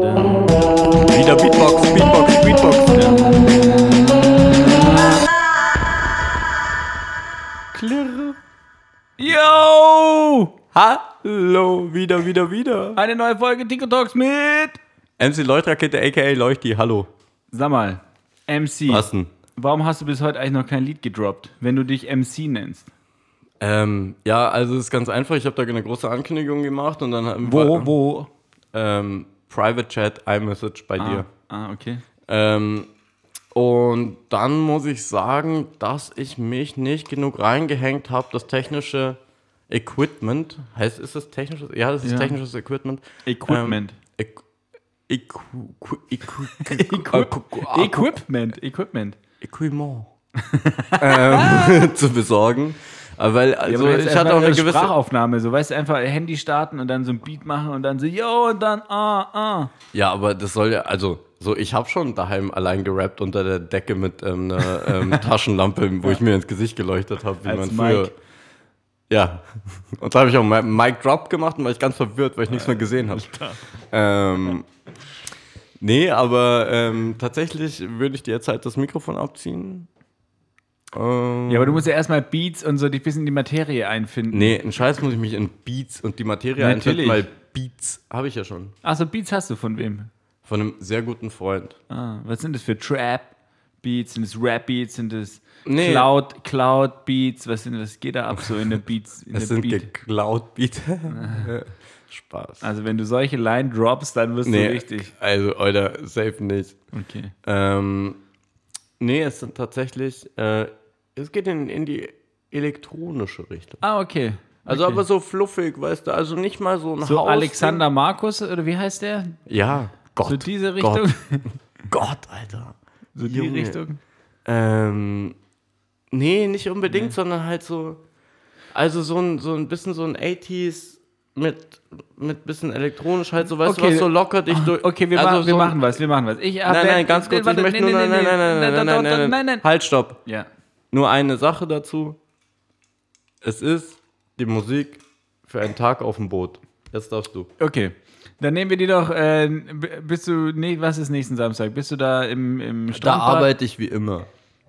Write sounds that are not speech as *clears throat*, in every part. Wieder Beatbox, Beatbox, Beatbox. Klirr. Yo! Hallo, wieder, wieder, wieder. Eine neue Folge Tico Talks mit. MC Leuchtrakete aka Leuchti, hallo. Sag mal, MC. Was denn? Warum hast du bis heute eigentlich noch kein Lied gedroppt, wenn du dich MC nennst? Ähm, ja, also es ist ganz einfach. Ich habe da eine große Ankündigung gemacht und dann haben Wo, wo? Ähm, Private Chat, iMessage bei dir. Ah, okay. Ähm, und dann muss ich sagen, dass ich mich nicht genug reingehängt habe, das technische Equipment. Heißt, ist das technisches? Ja, das ist Ja. technisches Equipment. Equipment. *laughs* Ähm, Equ- Equ- Equ- Equ- Equ- Equipment, Equipment. Equipment *laughs* ähm, *laughs* zu besorgen. Äh, Weil, also aber jetzt ich hatte erstmal auch eine gewisse. Sprachaufnahme, so weißt du, einfach Handy starten und dann so ein Beat machen und dann so, yo, und dann, ah, ah. Ja, aber das soll ja, also, so ich habe schon daheim allein gerappt unter der Decke mit ähm, einer *laughs* ähm, Taschenlampe, wo ich mir ins Gesicht geleuchtet habe, wie Als man Mike. früher. Ja. Und da habe ich auch einen Mic Drop gemacht und war ich ganz verwirrt, weil ich nichts mehr gesehen habe. Ähm, nee, aber ähm, tatsächlich würde ich dir jetzt halt das Mikrofon abziehen. Ähm, Ja, aber du musst ja erstmal Beats und so dich bisschen in die Materie einfinden. nee, in Scheiß muss ich mich in Beats und die Materie einfinden, Natürlich. weil Beats habe ich ja schon. Achso, Beats hast du von wem? Von einem sehr guten Freund. Ah, was sind das für Trap Beats? Sind das Rap Beats? Sind das Nee. Cloud, Cloud Beats? Was, sind, was geht da ab so in *laughs* der Beats? In Es der sind Beat? geklaut *laughs* Beate. Spaß. Also wenn du solche Line droppst, dann wirst du richtig. Also, Alter, safe nicht. Okay. Ähm, nee, es sind tatsächlich, äh, es geht in, in die elektronische Richtung. Ah, okay. Also, okay. aber so fluffig, weißt du, also nicht mal so ein so Haus- Alexander Markus oder wie heißt der? Ja, Gott. so diese Richtung. Gott, Gott Alter. So die Junge. Richtung. Ähm, nee, nicht unbedingt, sondern halt so, also so ein, so ein bisschen so ein 80s mit, mit bisschen elektronisch halt so, weißt du, Okay. was so locker dich durch. Okay, wir, also machen, wir so ein- machen was, wir machen was. Ich Nein, nein, ganz kurz, ich möchte nur, nein, nein, nein, nein, nein, nein, nein, nein, nein. Halt, stopp. Ja. Nur eine Sache dazu. Es ist die Musik für einen Tag auf dem Boot. Jetzt darfst du. Okay. Dann nehmen wir die doch, äh, b- bist du, nee, was ist nächsten Samstag? Bist du da im, im Strandbad? ich wie immer.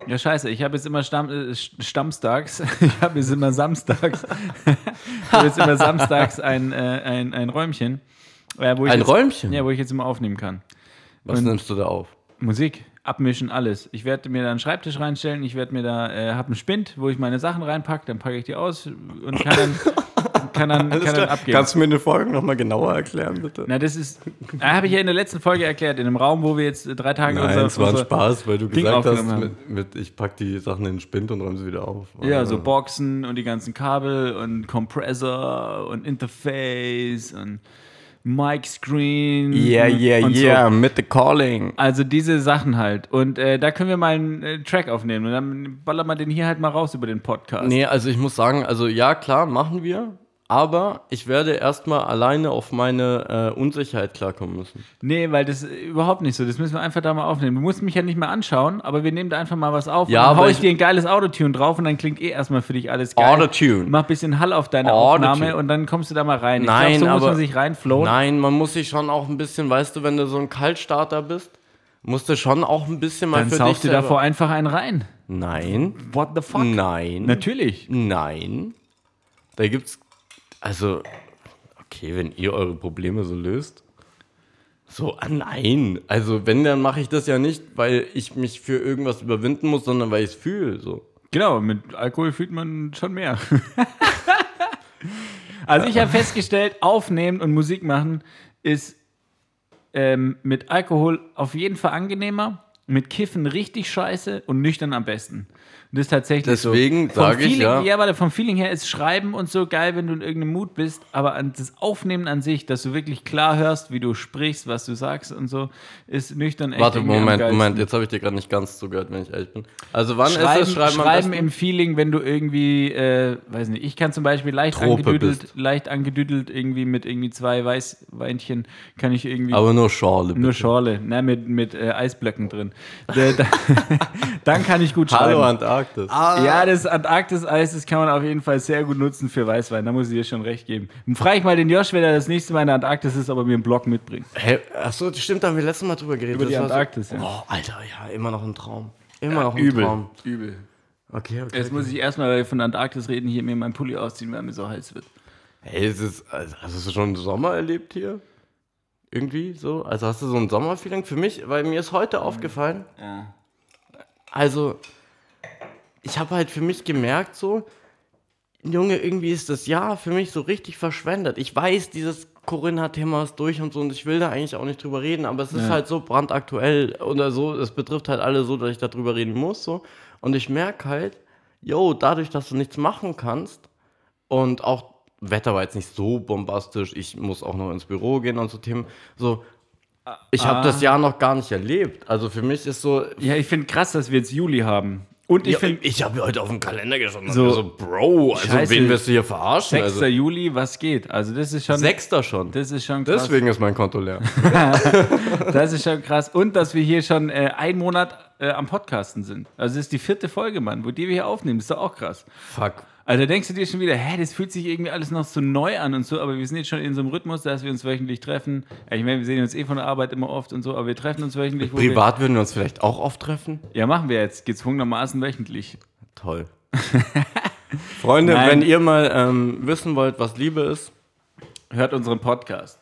Ja, scheiße, ich habe jetzt immer Stamm, äh, Sch- Stammstags, *laughs* ich habe jetzt immer Samstags, ich habe jetzt immer Samstags ein, äh, ein, ein Räumchen. Äh, wo ich Ein jetzt, Räumchen? Ja, wo ich jetzt immer aufnehmen kann. Was Und- nimmst du da auf? Musik, abmischen, alles. Ich werde mir da einen Schreibtisch reinstellen, ich werde mir da, äh, habe einen Spind, wo ich meine Sachen reinpacke, dann packe ich die aus und kann dann, kann dann, kann dann abgeben. Kannst du mir eine Folge nochmal genauer erklären, bitte? Na, das ist, da habe ich ja in der letzten Folge erklärt, in einem Raum, wo wir jetzt äh, drei Tage Nein, es war ein unser- Spaß, weil du Ding gesagt hast, aufgenommen haben. mit, mit, ich pack die Sachen in den Spind und räum sie wieder auf. Ja, so Boxen und die ganzen Kabel und Compressor und Interface und Mic Screen. Yeah, yeah, und yeah, So. mit the calling. Also diese Sachen halt. Und äh, da können wir mal einen äh, Track aufnehmen. Und dann ballern wir den hier halt mal raus über den Podcast. Nee, also ich muss sagen, also ja, klar, machen wir. Aber ich werde erstmal alleine auf meine äh, Unsicherheit klarkommen müssen. Nee, weil das ist überhaupt nicht so. Das müssen wir einfach da mal aufnehmen. Du musst mich ja nicht mehr anschauen, aber wir nehmen da einfach mal was auf. Ja, und dann aber hau ich, ich- dir ein geiles Autotune drauf und dann klingt eh erstmal für dich alles geil. Autotune. Mach ein bisschen Hall auf deine Autotune. Aufnahme und dann kommst du da mal rein. Nein, ich glaub, so aber- muss man sich reinflowen. Nein, man muss sich schon auch ein bisschen, weißt du, wenn du so ein Kaltstarter bist, musst du schon auch ein bisschen mal Dann für sauf dich dir selber- davor einfach einen rein. Nein, What the fuck? nein, Natürlich. nein. Da gibt's, also, okay, wenn ihr eure Probleme so löst. So, ah, nein. Also, wenn, dann mache ich das ja nicht, weil ich mich für irgendwas überwinden muss, sondern weil ich es fühle, so. Genau, mit Alkohol fühlt man schon mehr. also ich habe festgestellt, aufnehmen und Musik machen ist ähm, mit Alkohol auf jeden Fall angenehmer, mit Kiffen richtig scheiße und nüchtern am besten. Und Das ist tatsächlich Deswegen so. Vom sag ich, Feeling, ja. warte, vom Feeling her ist Schreiben und so geil, wenn du in irgendeinem Mut bist, aber an das Aufnehmen an sich, dass du wirklich klar hörst, wie du sprichst, was du sagst und so, ist nüchtern echt Warte, irgendwie am Moment, geilsten. Moment, jetzt habe ich dir gerade nicht ganz zugehört, wenn ich ehrlich bin. Also wann Schreiben, ist das Schreiben, am schreiben besten? im Feeling, wenn du irgendwie, äh, weiß nicht, ich kann zum Beispiel leicht Trope angedüdelt, bist. leicht angedüdelt irgendwie mit irgendwie zwei Weißweinchen, kann ich irgendwie Aber nur Schorle, bitte. nur Schorle, ne, mit, mit äh, Eisblöcken drin. Da- *laughs* da- Dann kann ich gut schreiben. Hallo Antarktis. Ja, das Antarktis-Eis, das kann man auf jeden Fall sehr gut nutzen für Weißwein. Da muss ich dir schon recht geben. Und frage ich mal den Josh, wenn er das nächste Mal in der Antarktis ist, ob er mir einen Blog mitbringt. Hä? Achso, das stimmt, da haben wir letztes Mal drüber geredet. Über die Das war Antarktis, so, ja. Oh, Alter, ja, immer noch ein Traum. Immer noch ein Traum. übel. Okay, okay. Jetzt muss ich erstmal, weil wir von Antarktis reden, hier mir meinen Pulli ausziehen, weil mir so heiß wird. Hey, es ist, also, hast du schon Sommer erlebt hier? Irgendwie so? Also hast du so ein Sommerfeeling für mich? Weil mir ist heute aufgefallen. Also, ich habe halt für mich gemerkt, so, Junge, irgendwie ist das Jahr für mich so richtig verschwendet. Ich weiß, dieses Corinna-Thema ist durch und so und ich will da eigentlich auch nicht drüber reden, aber es ist halt so brandaktuell oder so. Es betrifft halt alle so, dass ich darüber reden muss, so. Und ich merke halt, yo, dadurch, dass du nichts machen kannst, und auch Wetter war jetzt nicht so bombastisch. Ich muss auch noch ins Büro gehen und so Themen. So, ich habe Ah. das Jahr noch gar nicht erlebt. Also für mich ist so. Ja, ich finde krass, dass wir jetzt Juli haben. Und ich Ja, finde ich habe heute auf den Kalender geschaut. und So, mir so Bro, also Scheiße. wen wirst du hier verarschen? 6. Also, Juli, was geht? Also das ist schon, Sechster schon. das ist schon krass. Deswegen ist mein Konto *laughs* leer. Das ist schon krass. Und dass wir hier schon äh, einen Monat äh, am Podcasten sind. Also das ist die vierte Folge, Mann, wo die wir hier aufnehmen. Ist doch auch krass. Fuck. Also da denkst du dir schon wieder, hä, das fühlt sich irgendwie alles noch so neu an und so, aber wir sind jetzt schon in so einem Rhythmus, dass wir uns wöchentlich treffen. Ja, Ich meine, wir sehen uns eh von der Arbeit immer oft und so, aber wir treffen uns wöchentlich. wo Privat würden wir uns vielleicht auch oft treffen. Wir, ja, machen wir jetzt gezwungenermaßen wöchentlich. *laughs* Toll. Freunde, Nein. wenn ihr mal ähm, wissen wollt, was Liebe ist, Hört unseren Podcast.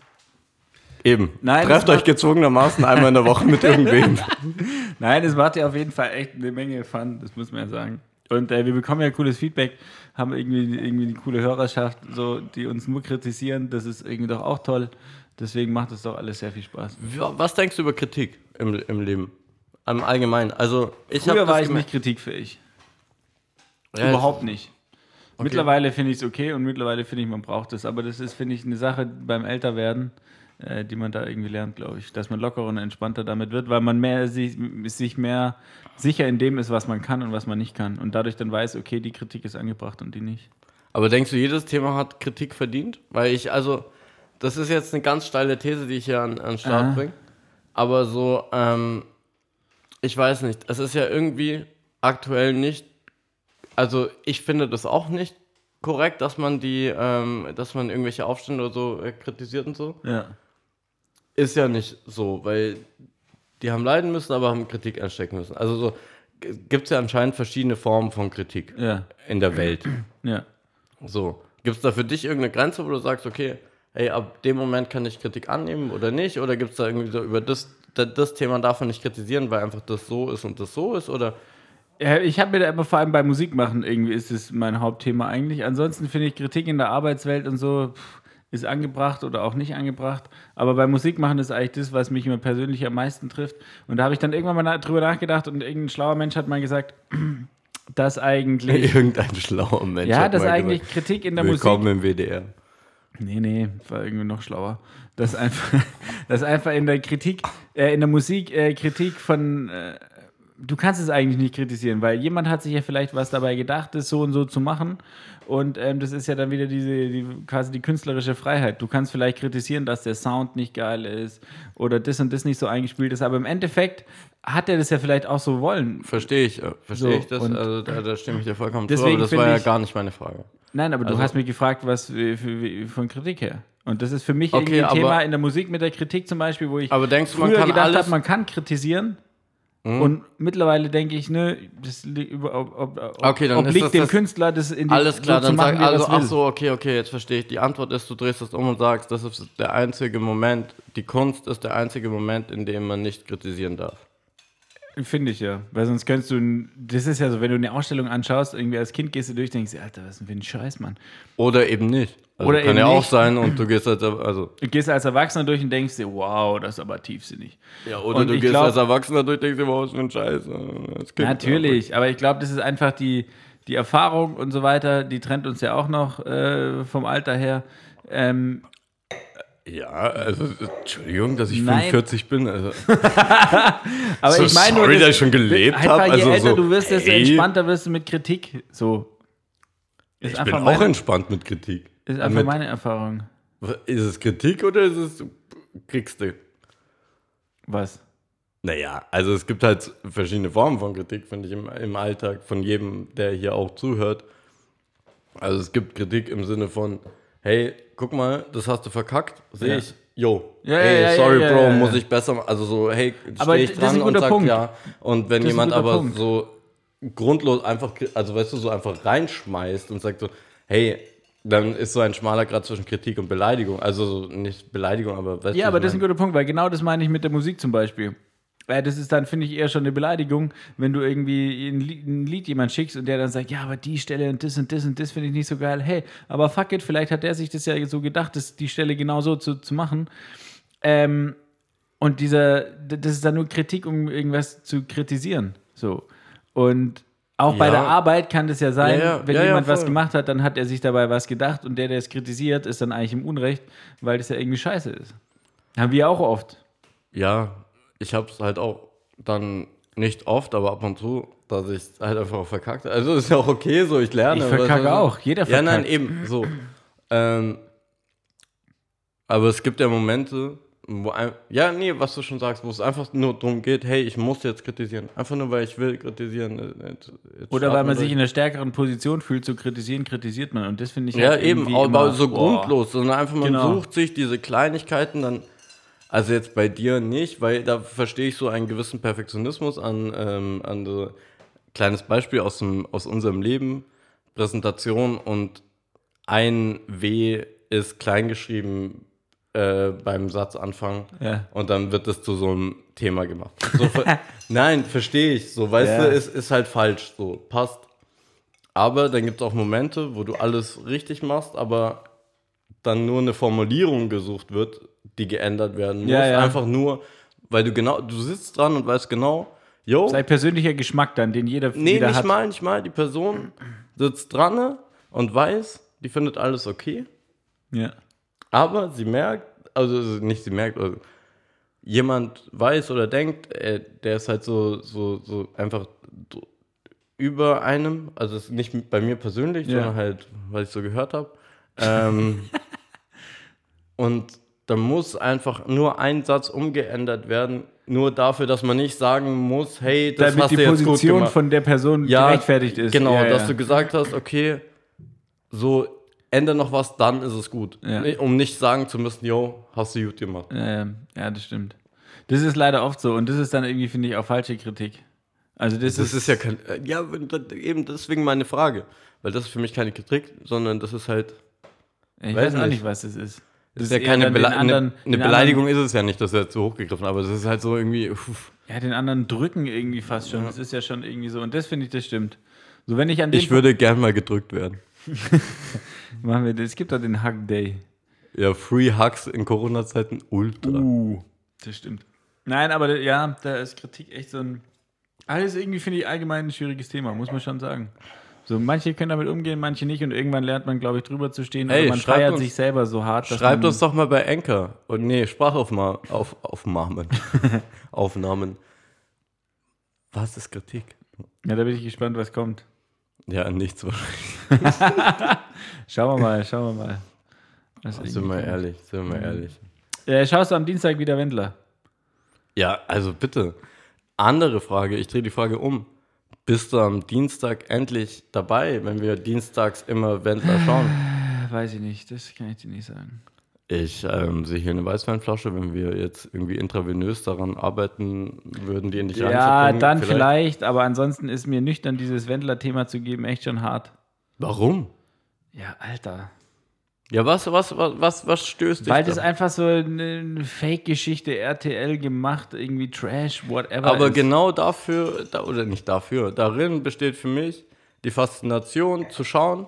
eben. Nein, Trefft das euch gezwungenermaßen einmal in der Woche *laughs* mit irgendwem. Nein, das macht ja auf jeden Fall echt eine Menge Fun, das muss man ja sagen. Und äh, wir bekommen ja cooles Feedback, haben irgendwie, irgendwie eine coole Hörerschaft, so, die uns nur kritisieren. Das ist irgendwie doch auch toll. Deswegen macht es doch alles sehr viel Spaß. Ja, Was denkst du über Kritik im, im Leben? Im Allgemeinen. Also, ich habe Früher war ich nicht kritikfähig. Überhaupt nicht. Mittlerweile finde ich es okay und mittlerweile finde ich, man braucht es. Aber das ist, finde ich, eine Sache beim Älterwerden, äh, die man da irgendwie lernt, glaube ich. Dass man lockerer und entspannter damit wird, weil man mehr sich, sich mehr sicher in dem ist, was man kann und was man nicht kann. Und dadurch dann weiß, okay, die Kritik ist angebracht und die nicht. Aber denkst du, jedes Thema hat Kritik verdient? Weil ich, also, das ist jetzt eine ganz steile These, die ich hier an, an den Start bringe. Aber so, ähm, ich weiß nicht. Es ist ja irgendwie aktuell nicht, also ich finde das auch nicht korrekt, dass man die, ähm, dass man irgendwelche Aufstände oder so äh, kritisiert und so. Ja. ist ja nicht so, weil die haben leiden müssen, aber haben Kritik anstecken müssen. Also so gibt es ja anscheinend verschiedene Formen von Kritik Ja. in der Welt. Ja. So, gibt es da für dich irgendeine Grenze, wo du sagst, okay, hey, ab dem Moment kann ich Kritik annehmen oder nicht? Oder gibt es da irgendwie so über das, da- das Thema darf man nicht kritisieren, weil einfach das so ist und das so ist? Oder Ja, Ich habe mir da immer vor allem bei Musik machen irgendwie ist es mein Hauptthema eigentlich. Ansonsten finde ich Kritik in der Arbeitswelt und so pff, ist angebracht oder auch nicht angebracht. Aber bei Musik machen ist eigentlich das, was mich immer persönlich am meisten trifft. Und da habe ich dann irgendwann mal na drüber nachgedacht und irgendein schlauer Mensch hat mal gesagt, *clears throat* dass eigentlich *laughs* irgendein schlauer Mensch. ja, hat dass mal eigentlich gesagt, Kritik in der Musik Willkommen im WDR. Nee, nee, war irgendwie noch schlauer. Dass einfach, *laughs* dass einfach in der Kritik, äh, in der Musik äh, Kritik von, äh, du kannst es eigentlich nicht kritisieren, weil jemand hat sich ja vielleicht was dabei gedacht, das so und so zu machen. Und ähm, das ist ja dann wieder diese, die, quasi die künstlerische Freiheit. Du kannst vielleicht kritisieren, dass der Sound nicht geil ist oder das und das nicht so eingespielt ist, aber im Endeffekt hat er das ja vielleicht auch so wollen. Verstehe ich, äh, verstehe So, ich das, und- also da, da stimme ich dir vollkommen zu, Deswegen aber das finde war ja ich- gar nicht meine Frage. Nein, aber Also- du hast mich gefragt, was äh, für, wie- von Kritik her. Und das ist für mich Okay, irgendwie ein aber- Thema in der Musik mit der Kritik zum Beispiel, wo ich Aber denkst du, man früher kann gedacht alles... Mhm. habe, man kann kritisieren. Und mittlerweile denke ich, ne, das li- über- ob, ob, ob, Okay, dann ist obliegt das dem das- Künstler, das in die Alles klar, so dann zu machen, sag wie er also, das will. ach so, okay, okay, jetzt verstehe ich. Die Antwort ist, du drehst es um und sagst, das ist der einzige Moment, die Kunst ist der einzige Moment, in dem man nicht kritisieren darf. Finde ich ja. Weil sonst könntest du, n- das ist ja so, wenn du eine Ausstellung anschaust, irgendwie als Kind gehst du durch, denkst, dir, Alter, was ist denn für ein Scheiß, Mann. Oder eben nicht. Also Oder kann eben ja auch nicht. sein *clears throat* und du gehst als, also, Du gehst als Erwachsener durch und denkst dir, wow, das ist aber tiefsinnig. ja, oder Und du ich gehst glaub- als Erwachsener durch, denkst dir, was für ein Scheiß. als Kind. Natürlich, aber ich glaube, das ist einfach die, die Erfahrung und so weiter, die trennt uns ja auch noch äh, vom Alter her. Ähm, Ja, also, Entschuldigung, dass ich Nein. 45 bin. Also, aber so ich meine nur, sorry, das- dass ich schon gelebt habe. Einfach, je Also, älter so, du wirst, desto ey, entspannter wirst du mit Kritik. So. Ist Ich bin auch meine, entspannt mit Kritik. ist einfach Mit- meine Erfahrung. ist es Kritik oder ist es, kriegst du? Was? Naja, also es gibt halt verschiedene Formen von Kritik, finde ich, im, im Alltag von jedem, der hier auch zuhört. Also es gibt Kritik im Sinne von, hey, guck mal, das hast du verkackt, sehe Ja. ich, yo, Ja, hey, ja, ja, sorry, ja, ja, Bro, ja. muss ich besser, ma- also so, hey, Aber stehe ich das ist ein dran und guter sag Punkt. ja. Und wenn Das ist ein jemand guter aber Punkt. so grundlos einfach, kri- also weißt du, so einfach reinschmeißt und sagt so, hey, dann ist so ein schmaler Grad zwischen Kritik und Beleidigung. Also so, nicht Beleidigung, aber weißt du, Ja, aber ich das ist ein mein- guter Punkt, weil genau das meine ich mit der Musik zum Beispiel. Weil das ist dann, finde ich, eher schon eine Beleidigung, wenn du irgendwie ein Lied, ein Lied jemand schickst und der dann sagt, ja, aber die Stelle und das und das und das finde ich nicht so geil. Hey, aber fuck it, vielleicht hat der sich das ja so gedacht, dass die Stelle genau so zu, zu machen. Ähm, und dieser, d- das ist dann nur Kritik, um irgendwas zu kritisieren. So. Und auch bei Ja. der Arbeit kann das ja sein, Ja, ja, wenn ja, ja, jemand was voll. gemacht hat, dann hat er sich dabei was gedacht und der, der es kritisiert, ist dann eigentlich im Unrecht, weil das ja irgendwie scheiße ist. Haben wir auch oft. Ja, ich hab's halt auch dann nicht oft, aber ab und zu, dass ich halt einfach auch verkackt habe. Also ist ja auch okay, so ich lerne. Ich verkacke weißt du? auch, jeder Ja, nein, verkackt. eben, so. Ähm, aber es gibt ja Momente, wo ein, ja, nee, was du schon sagst, wo es einfach nur darum geht, hey, ich muss jetzt kritisieren. Einfach nur, weil ich will kritisieren. Äh, jetzt- jetzt Oder weil starten man wir sich in einer stärkeren Position fühlt, zu kritisieren, kritisiert man. Und das finde ich ja, halt eben, irgendwie aber immer, so boah. grundlos, sondern einfach man Genau. sucht sich diese Kleinigkeiten dann. Also jetzt bei dir nicht, weil da verstehe ich so einen gewissen Perfektionismus an, ähm, an so kleines Beispiel aus, dem, aus unserem Leben, Präsentation und ein W ist kleingeschrieben äh, beim Satzanfang Ja. und dann wird das zu so einem Thema gemacht. So, *laughs* ver Nein, verstehe ich. So, weißt Ja. du, es ist halt falsch. So, passt. Aber dann gibt es auch Momente, wo du alles richtig machst, aber dann nur eine Formulierung gesucht wird, die geändert werden muss. Ja, ja. Einfach nur, weil du genau, du sitzt dran und weißt genau, yo, Sei persönlicher Geschmack dann, den jeder, nee, jeder nicht hat. mal, nicht mal, die Person sitzt dran und weiß, die findet alles okay. Ja. Aber sie merkt, also nicht sie merkt, also jemand weiß oder denkt, äh, der ist halt so, so, so einfach so über einem, also es ist nicht bei mir persönlich, Ja. sondern halt, weil ich so gehört habe. *laughs* Ähm, und da muss einfach nur ein Satz umgeändert werden, nur dafür, dass man nicht sagen muss, hey, das Damit hast die du jetzt gut Position gemacht von der Person gerechtfertigt ist. Genau, ja, ja. dass du gesagt hast, okay, so ändere noch was, dann ist es gut. Ja. Nee, Um nicht sagen zu müssen, yo, hast du gut gemacht. Ja, ja, ja, das stimmt. Das ist leider oft so und das ist dann irgendwie, finde ich, auch falsche Kritik. Also das, Das ist, ist ja kein. äh, Ja, wenn- dann eben deswegen meine Frage. Weil das ist für mich keine Kritik, sondern das ist halt. weiß ich weiß auch nicht. nicht, was das ist. Das Ist ja eher keine dann den Bele anderen- eine, eine den Beleidigung ist es ja nicht, das ist ja zu hochgegriffen, aber das ist halt so irgendwie. Uff. Anderen, ja, den anderen drücken irgendwie fast schon. Das ist ja schon irgendwie so und das finde ich, das stimmt. So, wenn ich an den Ich würde gern mal gedrückt werden. machen wir, es gibt da den Hug Day. Ja, Free Hugs in Corona-Zeiten ultra. Uh, das stimmt. Nein, aber ja, da ist Kritik echt so ein alles irgendwie finde ich allgemein ein schwieriges Thema, muss man schon sagen. So, manche können damit umgehen, manche nicht und irgendwann lernt man, glaube ich, drüber zu stehen Ey, oder man schreibt feiert uns- sich selber so hart, dass Schreibt man, uns doch mal bei Anchor. Und nee, Sprachaufnahmen. Auf, *laughs* Aufnahmen. Aufnahmen. Was ist Kritik? Ja, da bin ich gespannt, was kommt. Ja, nichts wahrscheinlich. Schauen wir mal, schauen wir mal. Was Sind wir ehrlich, sind wir ehrlich. äh, schaust du am Dienstag wieder Wendler? Ja, also bitte. Andere Frage, ich drehe die Frage um. Bist du am Dienstag endlich dabei, wenn wir dienstags immer Wendler schauen? Weiß ich nicht, das kann ich dir nicht sagen. Ich ähm, sehe hier eine Weißweinflasche, wenn wir jetzt irgendwie intravenös daran arbeiten würden, die nicht Ja, dann vielleicht. aber ansonsten ist mir nüchtern dieses Wendler-Thema zu geben echt schon hart. Warum? Ja, Alter. Ja, was, was, was, was, was stößt dich Weil da? das einfach so eine Fake-Geschichte RTL gemacht, irgendwie Trash, whatever. Aber ist. genau dafür, da, oder nicht dafür, darin besteht für mich die Faszination zu schauen,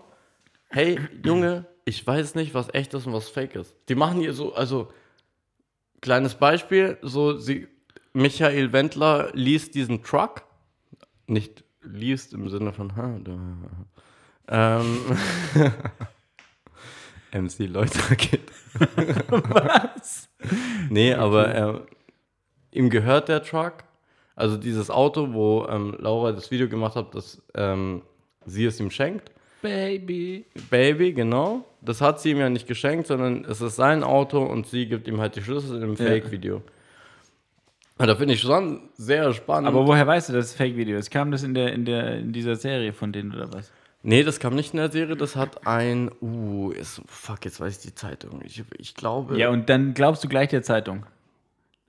hey Junge, ich weiß nicht, was echt ist und was fake ist. Die machen hier so, also, kleines Beispiel, so, sie, Michael Wendler liest diesen Truck, nicht liest im Sinne von, ha, da, ähm, *laughs* MC Leute geht. Was? Nee, aber ähm, ihm gehört der Truck. Also dieses Auto, wo ähm, Laura das Video gemacht hat, dass ähm, sie es ihm schenkt. Baby. Baby, genau. Das hat sie ihm ja nicht geschenkt, sondern es ist sein Auto und sie gibt ihm halt die Schlüssel im Fake-Video. Aber Da finde ich schon sehr spannend. Aber woher weißt du das Fake-Video? Es kam das in, der, in, der, in dieser Serie von denen oder was? nee, das kam nicht in der Serie, das hat ein. Uh, ist, fuck, jetzt weiß ich die Zeitung. Ich, ich glaube. Ja, und dann glaubst du gleich der Zeitung.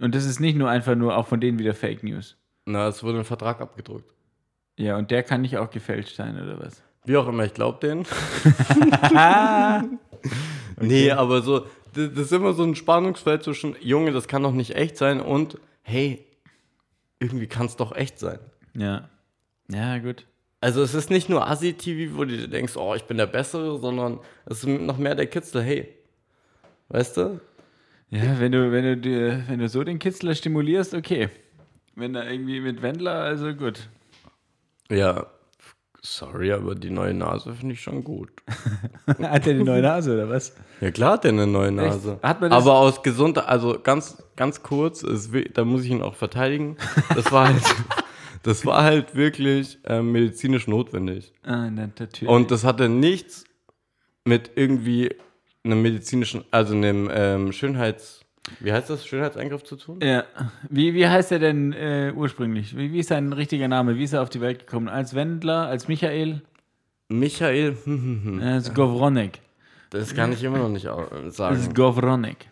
Und das ist nicht nur einfach nur auch von denen wieder Fake News. Na, es wurde ein Vertrag abgedruckt. Ja, und der kann nicht auch gefälscht sein oder was? Wie auch immer, ich glaube *laughs* den. Nee, aber so, das, das ist immer so ein Spannungsfeld zwischen, Junge, das kann doch nicht echt sein und, hey, irgendwie kann es doch echt sein. Ja. Ja, gut. Also es ist nicht nur Assi-TV, wo du dir denkst, oh, ich bin der Bessere, sondern es ist noch mehr der Kitzel, hey. Weißt du? Ja, wenn du, wenn du, dir- wenn du so den Kitzler stimulierst, okay. Wenn da irgendwie mit Wendler, also gut. Ja, sorry, aber die neue Nase finde ich schon gut. *laughs* Hat er die neue Nase oder was? Ja klar, hat der eine neue Nase. Hat man das- Aber aus gesunder, also ganz, ganz kurz, es, wi- da muss ich ihn auch verteidigen. Das war *laughs* halt, das war halt wirklich ähm, medizinisch notwendig. Ah, na, natürlich. Und das hatte nichts mit irgendwie einem medizinischen, also einem ähm, Schönheits, wie heißt das, Schönheitseingriff zu tun? ja. Wie, wie heißt er denn äh, ursprünglich? Wie, wie ist sein richtiger Name? Wie ist er auf die Welt gekommen? Als Wendler, als Michael, Äh, Michael, hm, hm, hm, als Govronek. das kann ich immer noch nicht au- Das ist sagen. Govronek.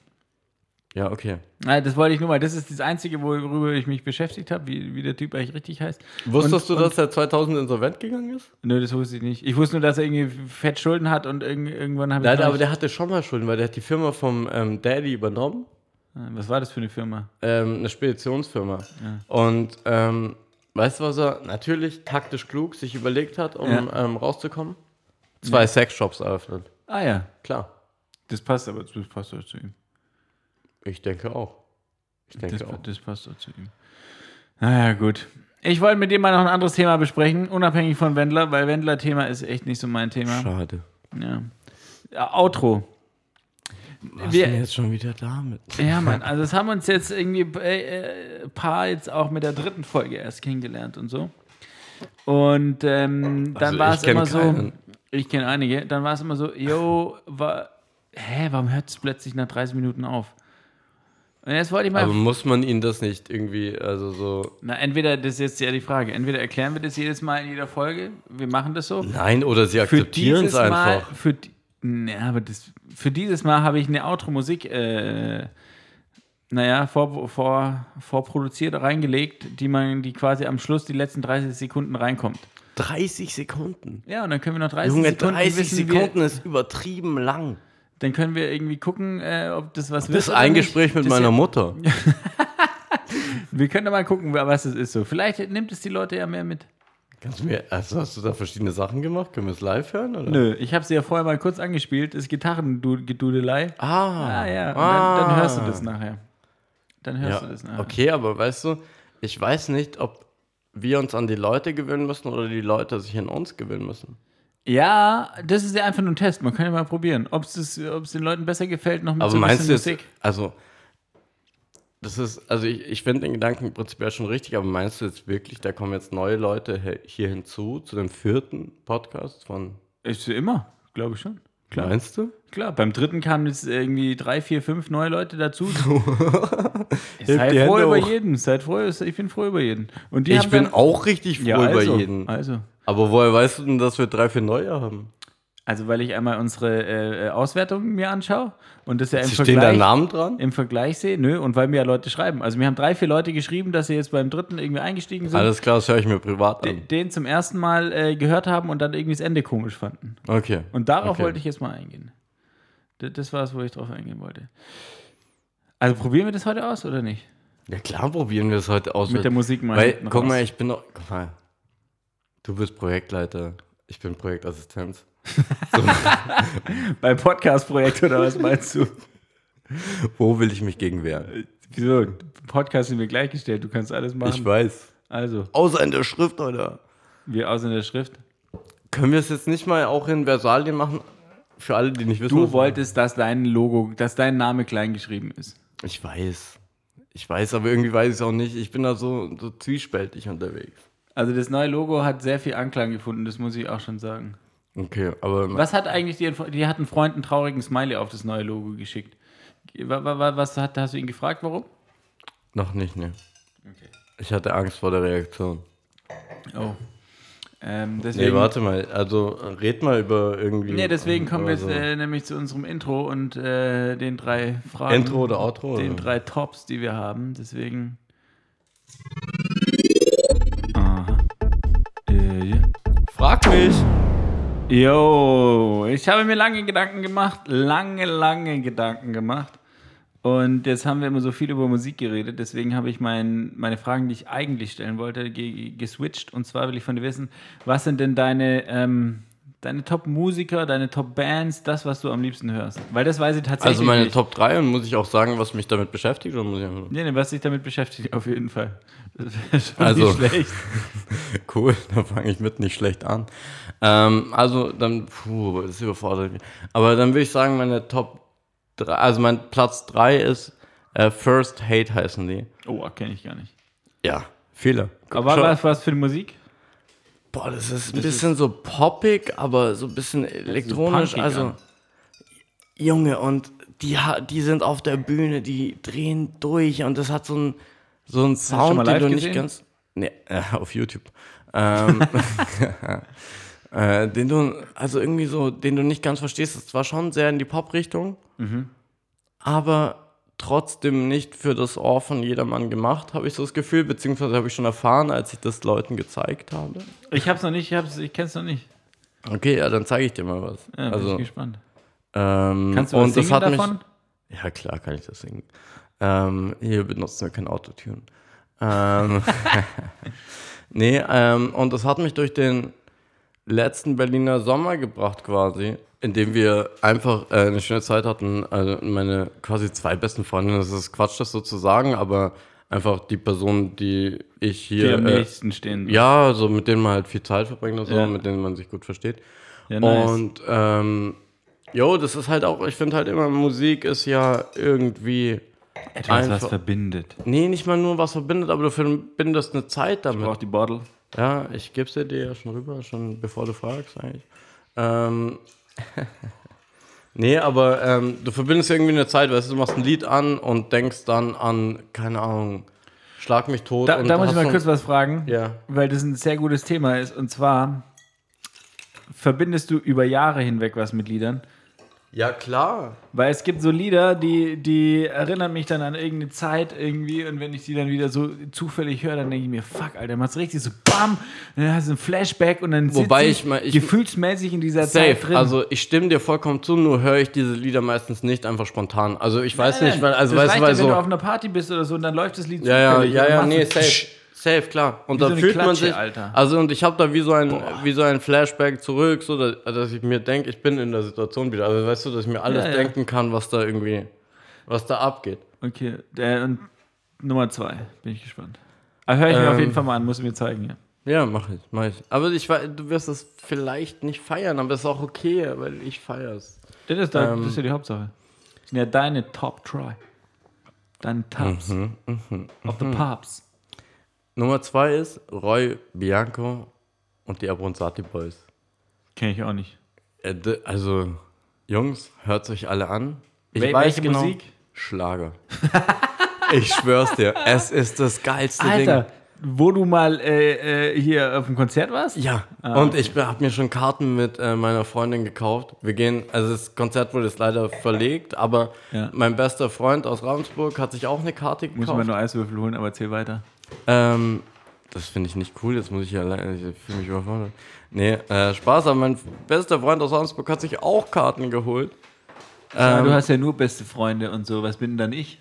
Ja, okay. Nein, Ah, das wollte ich nur mal. Das ist das Einzige, worüber ich mich beschäftigt habe, wie, wie der Typ eigentlich richtig heißt. Wusstest und, du, dass er 2000 insolvent gegangen ist? Und, nö, das wusste ich nicht. Ich wusste nur, dass er irgendwie fett Schulden hat und irgend, irgendwann habe ich. Nein, noch aber nicht- der hatte schon mal Schulden, weil der hat die Firma vom ähm, Daddy übernommen. Ah, Was war das für eine Firma? ähm, eine Speditionsfirma. Und ähm, weißt du, was er natürlich taktisch klug sich überlegt hat, um Ja. ähm, rauszukommen? Zwei Sexshops eröffnet. Ah ja, Klar, das passt aber das passt doch zu ihm. ich denke auch. Ich denke Das, auch. das passt doch zu ihm. Naja, gut. Ich wollte mit dir mal noch ein anderes Thema besprechen, unabhängig von Wendler, weil Wendler-Thema ist echt nicht so mein Thema. Schade. Ja. ja. Outro. Was Wir- ist denn jetzt schon wieder damit? *laughs* Ja, Mann, also das haben uns jetzt irgendwie äh, äh, paar jetzt auch mit der dritten Folge erst kennengelernt und so. Und ähm, dann Also war ich es kenn immer so, keinen. ich kenne einige, dann war es immer so, yo, wa, hä, warum hört es plötzlich nach 30 Minuten auf? Und jetzt wollte ich mal, Aber muss man ihnen das nicht irgendwie, also so. na, entweder, das ist jetzt ja die Frage, entweder erklären wir das jedes Mal in jeder Folge, wir machen das so. Nein, oder sie Für akzeptieren dieses es Mal, einfach. für, die- na, aber das, für dieses Mal habe ich eine Outro-Musik, äh, naja, vor, vor, vorproduziert reingelegt, die man, die quasi am Schluss die letzten 30 Sekunden reinkommt. 30 Sekunden. Ja, und dann können wir noch 30 Junge, Sekunden 30 wissen Sekunden Wir, ist übertrieben lang. dann können wir irgendwie gucken, äh, ob das was Das ist oder ein nicht. Gespräch mit Das- meiner Mutter. Wir können da mal gucken, was es ist so. Vielleicht nimmt es die Leute ja mehr mit. Kannst du mir, also hast du da verschiedene Sachen gemacht? Können wir es live hören? Oder? Nö, ich habe sie ja vorher mal kurz angespielt, ist Gitarrengedudelei. Ah, Ah ja, und Ah. Dann, dann hörst du das nachher. Dann hörst Ja, du das ne? nachher. Okay, aber weißt du, ich weiß nicht, ob wir uns an die Leute gewöhnen müssen oder die Leute sich an uns gewöhnen müssen. Ja, das ist ja einfach nur ein Test. Man kann ja mal probieren, ob es den Leuten besser gefällt, noch mit Aber so ein meinst du bisschen jetzt, Musik. also, das ist, also ich, ich finde den Gedanken prinzipiell schon richtig, aber meinst du jetzt wirklich, da kommen jetzt neue Leute he- hier hinzu, zu dem vierten Podcast von, Ist für immer, glaube ich schon. Klar. meinst du? Klar, beim dritten kamen jetzt irgendwie drei, vier, fünf neue Leute *laughs* dazu. Seid die froh Hände über hoch. jeden. Seid froh, ich bin froh über jeden. Und die Ich haben bin dann, auch richtig froh ja, also, über jeden. Also. Aber woher weißt du denn, dass wir drei, vier neue haben? also, weil ich einmal unsere äh, äh, Auswertungen mir anschaue und das ja im Sie stehen da Vergleich, Namen dran? im Vergleich sehe, nö, und weil mir ja Leute schreiben. Also, mir haben drei, vier Leute geschrieben, dass sie jetzt beim dritten irgendwie eingestiegen sind. Alles klar, das höre ich mir privat de- an. *laughs* den zum ersten Mal äh, gehört haben und dann irgendwie das Ende komisch fanden. Okay. Und darauf Okay. wollte ich jetzt mal eingehen. D das war es, wo ich drauf eingehen wollte. Also probieren wir das heute aus oder nicht? Ja klar, probieren wir es heute aus. Mit der Musik mal Weil, hinten guck raus. mal, ich bin doch. Guck mal. Du bist Projektleiter, ich bin Projektassistent. Beim Podcast-Projekt oder was *laughs* meinst du? Wo will ich mich gegen wehren? Wieso? Podcast sind wir gleichgestellt, du kannst alles machen. Ich weiß. also, Außer in der Schrift, oder? wir aus in der Schrift. Können wir es jetzt nicht mal auch in Versalien machen? Für alle, die nicht wissen. Du was- wolltest, dass dein Logo, dass dein Name klein geschrieben ist. Ich weiß. Ich weiß, aber irgendwie weiß ich es auch nicht. Ich bin da so, so zwiespältig unterwegs. Also das neue Logo hat sehr viel Anklang gefunden, das muss ich auch schon sagen. Okay, aber Was hat eigentlich die, die hat ein Freund einen traurigen Smiley auf das neue Logo geschickt? Wa- wa- wa- Was hat, hast du ihn gefragt, warum? noch nicht, ne? Okay. Ich hatte Angst vor der Reaktion. Oh. Ähm, deswegen, Nee, warte mal. Also red mal über irgendwie. Nee, deswegen kommen wir über jetzt so. äh, nämlich zu unserem Intro und äh, den drei Fragen. Intro oder Outro? Den oder? drei Tops, die wir haben. Deswegen. Aha. Äh, ja. Frag mich! Jo, ich habe mir lange Gedanken gemacht, lange, lange Gedanken gemacht. Und jetzt haben wir immer so viel über Musik geredet, deswegen habe ich mein, meine Fragen, die ich eigentlich stellen wollte, ge geswitcht. Und zwar will ich von dir wissen, was sind denn deine, ähm, deine Top-Musiker, deine Top-Bands, das, was du am liebsten hörst? Weil das weiß ich tatsächlich Also meine nicht. Top 3 und muss ich auch sagen, was mich damit beschäftigt? Oder muss ich einfach- *laughs* Nee, nee, was dich damit beschäftigt, auf jeden Fall. Das wär schon Also- nicht schlecht. Cool, *laughs* da fange ich mit nicht schlecht an. Ähm, also dann, puh, das überfordert mich. Aber dann würde ich sagen, meine Top 3, also mein Platz 3 ist äh, First Hate heißen die. Oh, kenne ich gar nicht. Ja, viele. Aber Schau- was, was für eine Musik? Boah, das ist ein bisschen so poppig, aber so ein bisschen elektronisch. punkig also, an. Junge, und die, ha- die sind auf der Bühne, die drehen durch und das hat so einen so einen du schon Sound, den mal live du gesehen? nicht ganz. Nee, äh, auf *laughs* YouTube. Ähm, *laughs* äh, den du, also irgendwie so, den du nicht ganz verstehst. Das war schon sehr in die Pop-Richtung, Mhm. aber trotzdem nicht für das Ohr von jedermann gemacht, habe ich so das Gefühl, beziehungsweise habe ich schon erfahren, als ich das Leuten gezeigt habe. Ich hab's noch nicht, ich, hab's, ich kenn's noch nicht. Okay, ja, dann zeige ich dir mal was. Ja, bin ich also, gespannt. ähm, Kannst du und was singen das hat davon? mich. Ja, klar, kann ich das singen. Ähm, hier benutzen wir kein Autotune. *laughs* Ähm, *laughs* nee, ähm, und das hat mich durch den letzten Berliner Sommer gebracht, quasi, indem wir einfach äh, eine schöne Zeit hatten. Also meine quasi zwei besten Freundinnen, das ist Quatsch, das so zu sagen, aber einfach die Personen, die ich die hier. am äh, nächsten stehen. ja, so mit denen man halt viel Zeit verbringt und so, Ja. mit denen man sich gut versteht. Ja, nice. Und ähm, jo, das ist halt auch, ich finde halt immer, Musik ist ja irgendwie. Etwas, was einfach- verbindet. Nee, nicht mal nur was verbindet, aber du verbindest eine Zeit damit. Braucht die Bottle. Ja, ich geb's dir, dir ja schon rüber, schon bevor du fragst eigentlich. Ähm, *laughs* nee, aber ähm, du verbindest irgendwie eine Zeit, weißt du, du machst ein Lied an und denkst dann an, keine Ahnung, Schlag mich tot. Da, und da muss hast ich mal so- kurz was fragen, Ja. weil das ein sehr gutes Thema ist. Und zwar verbindest du über Jahre hinweg was mit Liedern. Ja, klar. Weil es gibt so Lieder, die, die erinnern mich dann an irgendeine Zeit irgendwie und wenn ich die dann wieder so zufällig höre, dann denke ich mir, fuck, Alter, macht's richtig so bam, und dann hast du ein Flashback und dann Wobei sitz ich mal- ich- gefühlsmäßig in dieser Zeit Safe. drin. Also ich stimme dir vollkommen zu, nur höre ich diese Lieder meistens nicht einfach spontan. Also ich weiß nicht, weil, also das weißt du, reicht ja, weil wenn du so. auf einer Party bist oder so und dann läuft das Lied Ja, ja, zufällig ja, und ja, dann nee, machst du- safe. Safe, klar. Und dann so eine fühlt man Klatsche, sich. Alter. Also und ich habe da wie so ein wie so ein Flashback zurück, so dass, dass ich mir denke, ich bin in der Situation wieder. Also weißt du, dass ich mir alles Ja, ja. denken kann, was da irgendwie, was da abgeht. Okay, der, und Nummer zwei, bin ich gespannt. Aber höre ich mir Ähm, auf jeden Fall mal an, muss mir zeigen. Ja. Ja, mach ich, mach ich. Aber ich wei- du wirst es vielleicht nicht feiern, aber es ist auch okay, weil ich feier's. Das, ist da, ähm, das ist ja die Hauptsache. Das sind ja deine Top Try. Deine Tops. Mhm, Of the Pops. Nummer zwei ist Roy Bianco und die Abronzati Boys. Kenne ich auch nicht. Äh, d- Also, Jungs, hört euch alle an. Ich genau, Wel- welche Musik? Schlager. *laughs* ich schwör's dir, es ist das geilste Alter, Ding. wo du mal äh, äh, hier auf dem Konzert warst? Ja, Ah, und ich habe mir schon Karten mit äh, meiner Freundin gekauft. Wir gehen, also das Konzert wurde jetzt leider verlegt, aber Ja. mein bester Freund aus Ravensburg hat sich auch eine Karte Muss man gekauft. nur Eiswürfel holen, aber erzähl weiter. Ähm, das finde ich nicht cool, jetzt muss ich hier alleine, ich fühle mich überfordert. Nee, äh, Spaß, aber mein bester Freund aus Ravensburg hat sich auch Karten geholt. Aber du Ähm, hast ja nur beste Freunde und so. Was bin denn dann ich?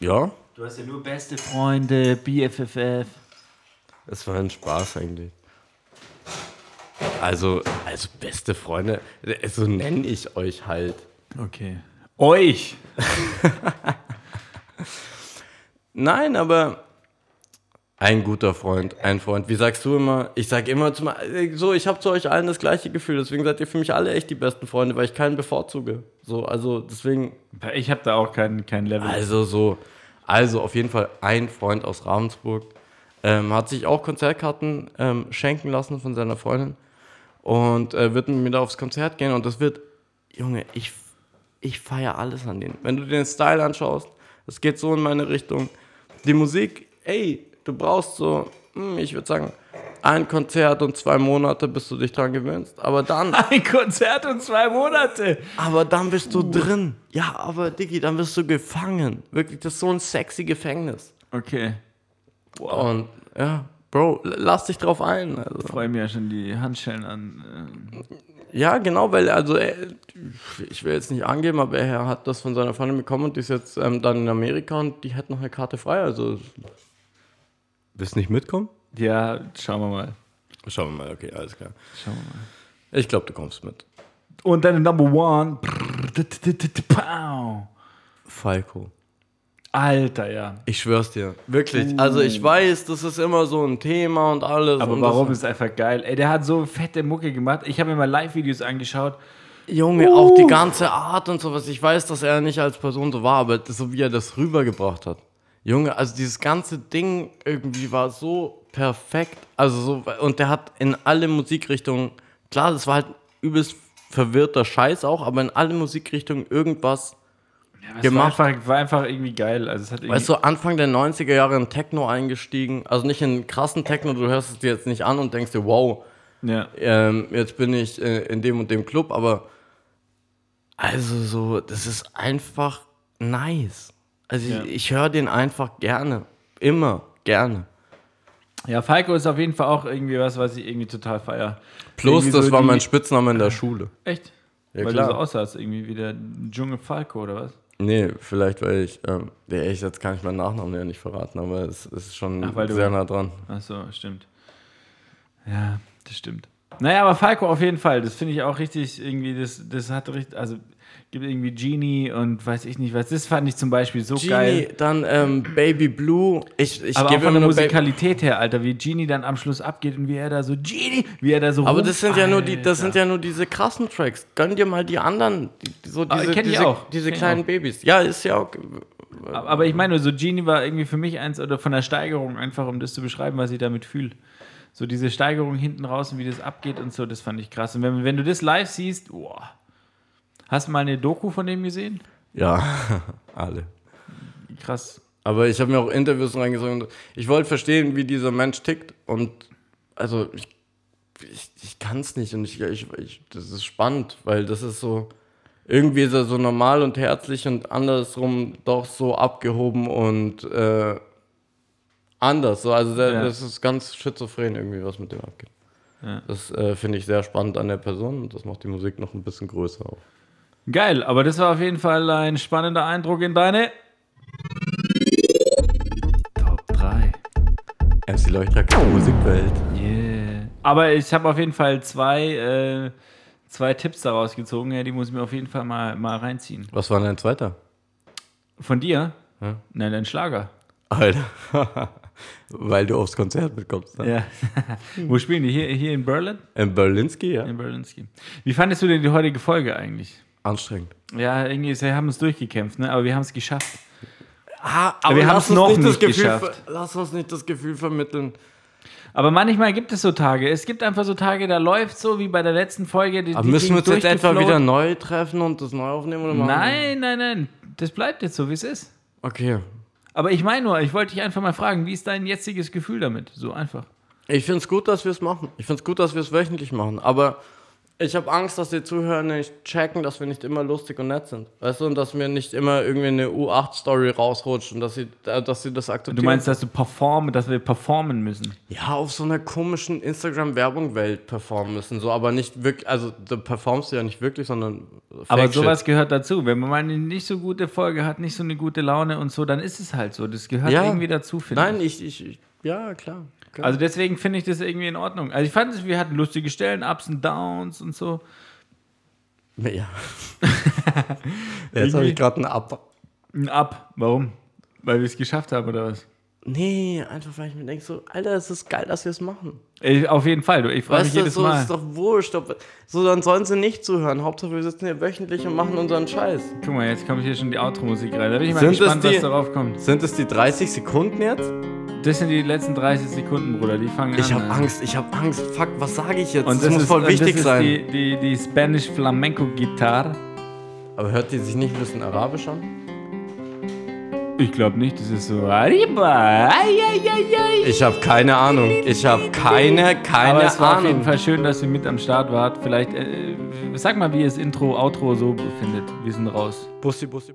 ja, Du hast ja nur beste Freunde, BFFF. Es war ein Spaß eigentlich. Also, also beste Freunde, so nenne ich euch halt. Okay. Euch! Nein, aber ein guter Freund, ein Freund. Wie sagst du immer? Ich sag immer zu me- so, ich habe zu euch allen das gleiche Gefühl. Deswegen seid ihr für mich alle echt die besten Freunde, weil ich keinen bevorzuge. So, also deswegen, Ich habe da auch kein, kein Level. also so, also auf jeden Fall ein Freund aus Ravensburg ähm, hat sich auch Konzertkarten ähm, schenken lassen von seiner Freundin. und äh, wird mit mir da aufs Konzert gehen und das wird, Junge, ich, ich feiere alles an denen. Wenn du den Style anschaust, es geht so in meine Richtung. die Musik, ey, du brauchst so, hm, ich würde sagen, ein Konzert und zwei Monate, bis du dich dran gewöhnst. Aber dann, Ein Konzert und zwei Monate. aber dann bist du drin. Ja, aber Diggi, dann wirst du gefangen. Wirklich, das ist so ein sexy Gefängnis. Okay. Und ja, Bro, lass dich drauf ein. Also. Freue mir ja schon die Handschellen an. ähm, Ja, genau, weil, also, er, ich will jetzt nicht angeben, aber er hat das von seiner Freundin bekommen und die ist jetzt ähm, dann in Amerika und die hat noch eine Karte frei. Also, willst du nicht mitkommen? äh, Ja, schauen wir mal. Schauen wir mal, okay, alles klar. Schauen wir mal. Ich glaube, du kommst mit. Und deine Number One. Brrr, t- t- t- t- pow. Falco. Alter, ja. Ich schwör's dir. Wirklich. Also ich weiß, das ist immer so ein Thema und alles. Aber und warum ist einfach geil? Ey, der hat so fette Mucke gemacht. Ich habe mir mal Live-Videos angeschaut. Das, Junge, auch die ganze Art und sowas. Ich weiß, dass er nicht als Person so war, aber so wie er das rübergebracht hat. Junge, also dieses ganze Ding irgendwie war so perfekt. Also so, und der hat in alle Musikrichtungen, klar, das war halt übelst verwirrter Scheiß auch, aber in alle Musikrichtungen irgendwas Ja, Gemacht. War einfach, war einfach irgendwie geil. Also es hat irgendwie Weißt du, Anfang der 90er Jahre in Techno eingestiegen, also nicht in krassen Techno, du hörst es dir jetzt nicht an und denkst dir, wow, ja. ähm, jetzt bin ich äh, in dem und dem Club, aber also so, das ist einfach nice. Also Ja. ich, ich höre den einfach gerne, immer gerne. ja, Falco ist auf jeden Fall auch irgendwie was, was ich irgendwie total feier. Plus, Irgendwie das so war die- mein Spitzname in der Schule. Echt? Ja, weil klar. du so aussahst, irgendwie wie der Dschungel Falco oder was? Nee, vielleicht, weil ich, ähm, ja, ich jetzt kann ich meinen Nachnamen ja nicht verraten, aber es ist schon Ach, weil du- sehr nah dran. Achso, stimmt. Ja, das stimmt. Naja, aber Falco auf jeden Fall, das finde ich auch richtig, irgendwie, das, das hat richtig, also gibt irgendwie Genie und weiß ich nicht was. Das fand ich zum Beispiel so Genie, geil. dann ähm, Baby Blue. Ich, ich Aber auch gebe von immer der nur Baby Musikalität her, Alter, wie Genie dann am Schluss abgeht und wie er da so Genie, wie er da so Aber ruft, das sind ja nur die, das Alter. sind ja nur diese krassen Tracks. Gönn dir mal die anderen, die, die- so Ah, diese, kenn ich diese, auch. diese Kenn ich kleinen auch. Babys. Ja, ist ja auch. Aber aber ich meine, nur so Genie war irgendwie für mich eins oder von der Steigerung einfach, um das zu beschreiben, was ich damit fühle. So diese Steigerung hinten raus und wie das abgeht und so, das fand ich krass. Und wenn, wenn du das live siehst, boah. Hast du mal eine Doku von dem gesehen? Ja, *laughs* alle. Krass. Aber ich habe mir auch Interviews reingezogen. Ich wollte verstehen, wie dieser Mensch tickt und also ich, ich, ich kann es nicht und ich, ich, ich, das ist spannend, weil das ist so irgendwie ist er so normal und herzlich und andersrum doch so abgehoben und äh, anders. So, also der, Ja. das ist ganz schizophren irgendwie, was mit dem abgeht. Ja. Das äh, finde ich sehr spannend an der Person und das macht die Musik noch ein bisschen größer auch. Geil, aber das war auf jeden Fall ein spannender Eindruck in deine Top 3. MC Leuchtrakete Musikwelt. Yeah. Aber ich habe auf jeden Fall zwei, äh, zwei Tipps daraus gezogen. Ja, die muss ich mir auf jeden Fall mal, mal reinziehen. Was war denn dein zweiter? Von dir? Ja. Nein, dein Schlager. Alter. *laughs* Weil du aufs Konzert mitkommst. Ne? Ja. Wo spielen die? Hier, hier in Berlin? In Berlinski, ja. In Berlinski. Wie fandest du denn die heutige Folge eigentlich? Anstrengend. Ja, irgendwie, ist- wir haben uns durchgekämpft, ne? aber wir haben es geschafft. Ah, wir haben's noch nicht Gefühl geschafft. ver- Lass uns nicht das Gefühl vermitteln. Aber manchmal gibt es so Tage. Es gibt einfach so Tage, da läuft so wie bei der letzten Folge. Die, Aber die müssen wir uns ging jetzt etwa durchgeflowt. wieder neu treffen und das neu aufnehmen? Oder machen wir- Nein, nein, nein. Das bleibt jetzt so, wie es ist. Okay. Aber ich meine nur, ich wollte dich einfach mal fragen, wie ist dein jetziges Gefühl damit? So einfach. Ich finde es gut, dass wir es machen. Ich finde es gut, dass wir es wöchentlich machen. Aber ich habe Angst, dass die Zuhörer nicht checken, dass wir nicht immer lustig und nett sind. Weißt du, und dass mir nicht immer irgendwie eine U8-Story rausrutscht und dass sie, äh, dass sie das akzeptieren. Du meinst, dass du performen, dass wir performen müssen. Ja, auf so einer komischen Instagram-Werbung-Welt performen müssen, so, aber nicht wirklich, also da performst du ja nicht wirklich, sondern Fake Aber Shit. sowas gehört dazu. Wenn man mal eine nicht so gute Folge hat, nicht so eine gute Laune und so, dann ist es halt so. Das gehört Ja. irgendwie dazu, finde Nein, ich, ich, ich ja, klar. ich. klar. Also deswegen finde ich das irgendwie in Ordnung. Also ich fand es, wir hatten lustige Stellen, Ups und Downs und so. *laughs* ja. Jetzt habe Irgendwie- ich gerade einen Ab. Ein Up. Warum? Weil wir es geschafft haben oder was? Nee, einfach weil ich mir denke, so, Alter, es ist geil, dass wir es machen. Ich, auf jeden Fall, du. Ich freue mich Weißt du, jedes so Mal. ist doch wurscht. Ob, so, dann sollen sie nicht zuhören. Hauptsache, wir sitzen hier wöchentlich und machen unseren Scheiß. Guck mal, jetzt kommt hier schon die Outro-Musik rein. Da bin ich mal Sind es gespannt, was die- darauf kommt. Sind es die 30 Sekunden jetzt? Das sind die letzten 30 Sekunden, Bruder. Die fangen Ich an. habe also. Angst, ich habe Angst. Fuck, was sage ich jetzt? Und das, das, muss ist, voll und wichtig das ist sein. Die, die, die Spanish Flamenco Gitarre. Aber hört die sich nicht ein bisschen arabisch an? Ich glaube nicht, das ist so. Arriba, ai, ai, ai, ai. Ich habe keine Ahnung. Ich habe keine, keine Aber es war auf jeden Ahnung. Fall schön, dass ihr mit am Start wart. Vielleicht, äh, sag mal, wie ihr das Intro, Outro so findet. Wir sind raus. Bussi, Bussi.